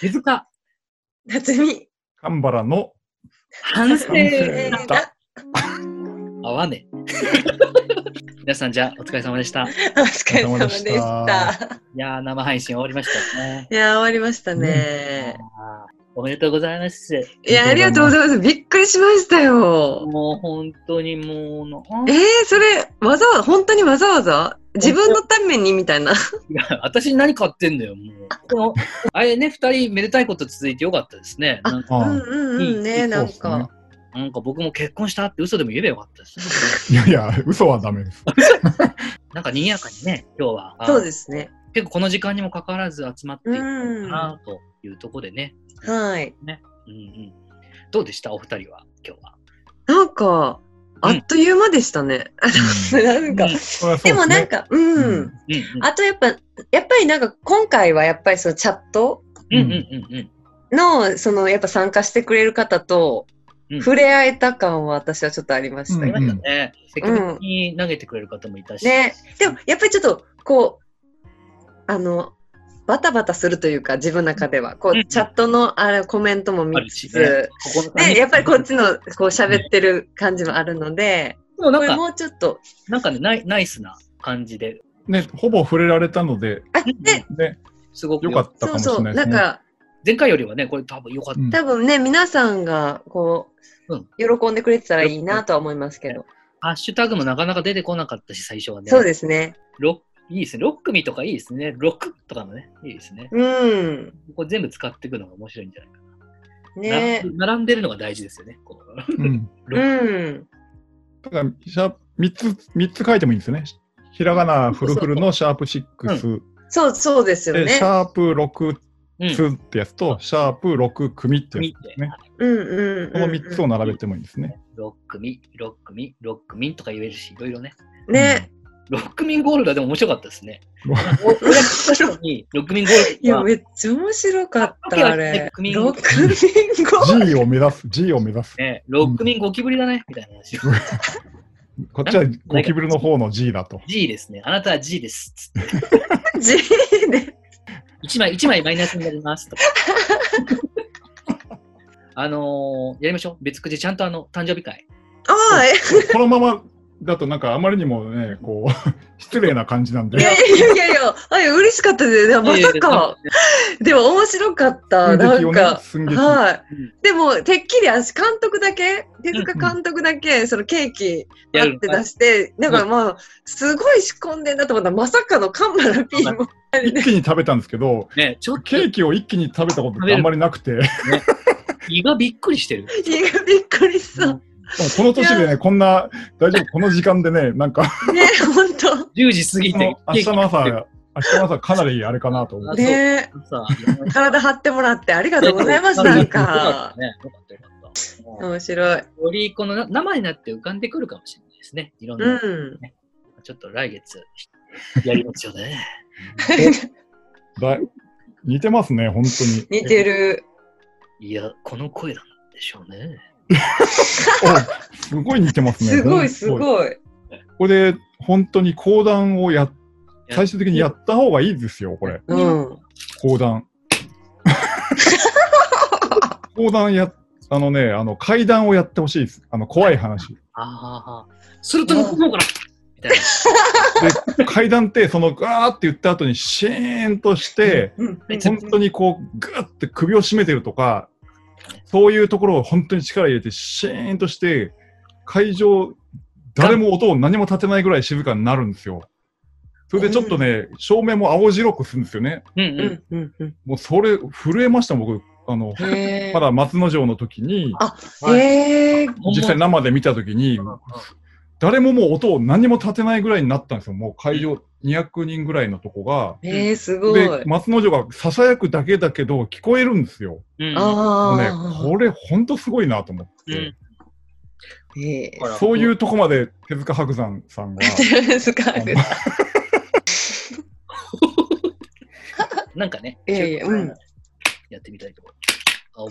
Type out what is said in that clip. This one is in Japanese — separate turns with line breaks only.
手塚、
夏美。
神原の
反省
え
だ
ー
った。合わねえ。皆さん、じゃあ、お疲れ様でした。い
お疲れ様でし
お疲れ様で
た。
やー、生配信終わりましたね。
いや、終わりましたね。
おめでとうございます。
いや、ありがとうございます。びっくりしましたよ。
もう本当にもう、なん
えー、それ、わざわざ、本当にわざわざ自分のためにみたいな。
いや私に何買ってんだよ、もう。このあれね、二人めでたいこと続いてよかったですね。なんか
あ
うん
あ
うんうん
い
ね、
い
なん
そうで
か。
なんか僕も結婚したって嘘でも言えばよかったです。
いやいや、嘘はダメです。
なんか賑やかにね、今日は。あ
そうですね。
結構この時間にもかかわらず集まっていったのかなというところでね。
はい。
うんうん。どうでしたお二人は、今日は。
なんか、あっという間でしたね。なんか
うん、
それはそう
です
ね
もなん、か、う
うんん。
うんうん
あとやっぱ、やっぱりなんか今回はやっぱりそのチャット
うんうんうんうん。
の、そのやっぱ参加してくれる方と
うん
触れ合えた感は私はちょっとありました
ありま
よ
したね。積極的に投げてくれる方もいたし。
ね。でもやっぱりちょっとこう、あの、バタバタするというか自分の中では、こ
う
うんチャットのあれコメントも
あ
見
るし
つ
ね
つ、
ここの
ね、やっぱりこっちのこう喋ってる感じもあるので、
でもな
こ
ん
れ
か、
もうちょっと、
なんかね、ナイナイスな感じで、
ね、ほぼ触れられたので、
あ、ね、
ね、
すごく
よ
よ
かった
そ
かも
う
しれ
そう、
ないで
な
す
ん
ね。
か、
前回よりはね、これ多分良かった。
うん
多分ね、皆さんがこう、
うん
喜んでくれてたらいいなとは思いますけど。
ハッシュタグもなかなか出てこなかったし、最初はね。
そうですね。
ろいいですね。6組とかいいですね。6とかもね、いいですね。
うん。
ここ全部使っていくのが面白いんじゃないかな。
ね
な並んでるのが大事ですよね。こう
うん。
う
ろ
ん。
だから、シャープ3つ、三つ書いてもいいんですよね。ひらがなフルフルのシャープ6、
そう、そうですよ
で、
ね
シ。ャープ6
うん
つってやつと、シャープ6組ってや
組
つ
っ
で
て
すね。
うんうんうん。
この3つを並べてもいいですね。
6組、6組、6組とか言えるし、いろいろね。
ね。
6組ゴールがでも面白かったですね。
ろ
お俺が聞いた人に6組ゴール
いや、めっちゃ面白かった、あれ。
六人
六人五
G を目指す、G を目指す。
ね、6組ゴキブリだね、みたいな話を。
こっちはゴキブリの方の G だと。
G ですね。あなたは G です。つって
字で。
1枚、一枚マイナスになります。とか。あのーやりましょう。別口、ちゃんとあの、誕生日会。
ああ、え
このままだとなんかあまりにもね、こ う、失礼な感じなん
いや
で。
いやいやいや、あれ嬉しかったです。でもまさか。でも面白かった。な
寸
ん
劇を
か
ね。寸劇
は
うん
い。でも、てっきり私、監督だけ、手塚監督だけ、そのケーキ、
や
や
る
って出して、なんかまあ、すごい仕込んでんだと思ったら、まさかのカンマラ P も。
一気に食べたんですけど、
ね、ちょっと
ケーキを一気に食べたことってあんまりなくて、でも
胃がびっくりしてる。
いや、びっくりしそう。
この年でね、こんな、大丈夫、この時間でね、なんか、
ね、ほんと。
10時過ぎ
あ
て
の、明日の
ケーキ食っ
朝、
てる
明日の朝かなりあれかなと思う。
ね
さ
体張ってもらってありがとうございます、なんか。
ね、よかったよかった。
面白い。
よりこのな生になって浮かんでくるかもしれないですね。いろん
う
な、
ん。
ちょっと来 月やりますよね。
だ似てますね、本当 に。
似てる。
いや、この声なんでしょうね。
おすごい似てますね。
すごい、す
い。
ごい。
これで、本当に講談をや、最終的にやった方がいいですよ、これ。
うん。
講談。 講談や、あのね、あの、階段をやってほしいです。あの、怖い話。
ああ。すると向こうの方から、みたいな。
で、階段って、その、ガーって言った後に、シーンとして、
うん
めっちゃ
本当にこう、ぐーって首を絞めてるとか、そういうところを本当に力入れて、シーンとして、会場、誰も音を何も立てないぐらい静かになるんですよ。それでちょっとね、照明も青白くするんですよね。
うん
う
うん。
んうんうん
もうそれ、震えました、僕。あの、
へ
まだ松之丞の時に、
ーへー
実際生で見た時に、誰ももう音を何も立てないぐらいになったんですよ。もう会場200人ぐらいのとこが。
へーすごい。
で、松之丞が囁くだけだけど、聞こえるんですよ。
うん
もうね
あ、あ。
これほんとすごいなと思って、
うん
へ
ほら
そういうとこまで手塚白山さんが、
え。 すごい。
あの
なんかね、
いやいやうん
やってみたいと思う。あ思う